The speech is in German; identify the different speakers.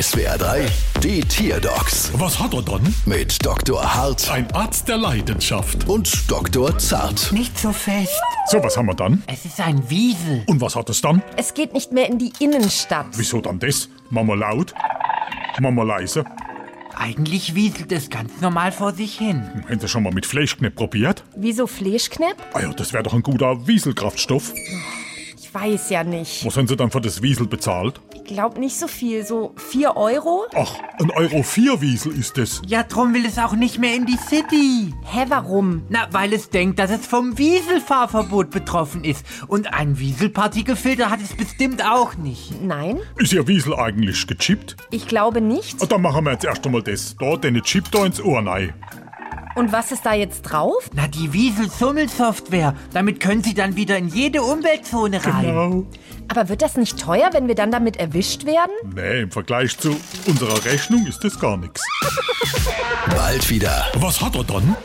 Speaker 1: SWR 3, die Tierdocs
Speaker 2: Was hat er dann?
Speaker 1: mit Dr. Hart
Speaker 2: Ein Arzt der Leidenschaft.
Speaker 1: und Dr. Zart.
Speaker 3: Nicht so fest.
Speaker 2: So, was haben wir dann?
Speaker 3: Es ist ein Wiesel.
Speaker 2: Und was hat es dann?
Speaker 4: Es geht nicht mehr in die Innenstadt.
Speaker 2: Wieso dann das? Mama laut? Mama leise?
Speaker 3: Eigentlich wieselt es ganz normal vor sich hin.
Speaker 2: Hätten Sie schon mal mit Fleischknepp probiert?
Speaker 4: Wieso Fleischknepp?
Speaker 2: Ah ja, das wäre doch ein guter Wieselkraftstoff.
Speaker 4: Ich weiß ja nicht.
Speaker 2: Was haben Sie dann für das Wiesel bezahlt?
Speaker 4: Ich glaub nicht so viel. So 4 Euro?
Speaker 2: Ach, ein Euro 4 Wiesel ist es.
Speaker 3: Ja, drum will es auch nicht mehr in die City.
Speaker 4: Hä, warum?
Speaker 3: Na, weil es denkt, dass es vom Wieselfahrverbot betroffen ist. Und ein Wieselpartikelfilter hat es bestimmt auch nicht.
Speaker 4: Nein,
Speaker 2: Ist Ihr Wiesel eigentlich gechippt?
Speaker 4: ich glaube nicht.
Speaker 2: Ah, dann machen wir jetzt erst einmal das. Da, den Chip da ins Ohr rein.
Speaker 4: Und was ist da jetzt drauf?
Speaker 3: Na, die Wiesel-Summel-Software. Damit können sie dann wieder in jede Umweltzone rein.
Speaker 2: Genau.
Speaker 4: Aber wird das nicht teuer, wenn wir dann damit erwischt werden?
Speaker 2: Nee, im Vergleich zu unserer Rechnung ist das gar nichts.
Speaker 1: Bald wieder.
Speaker 2: Was hat er dann?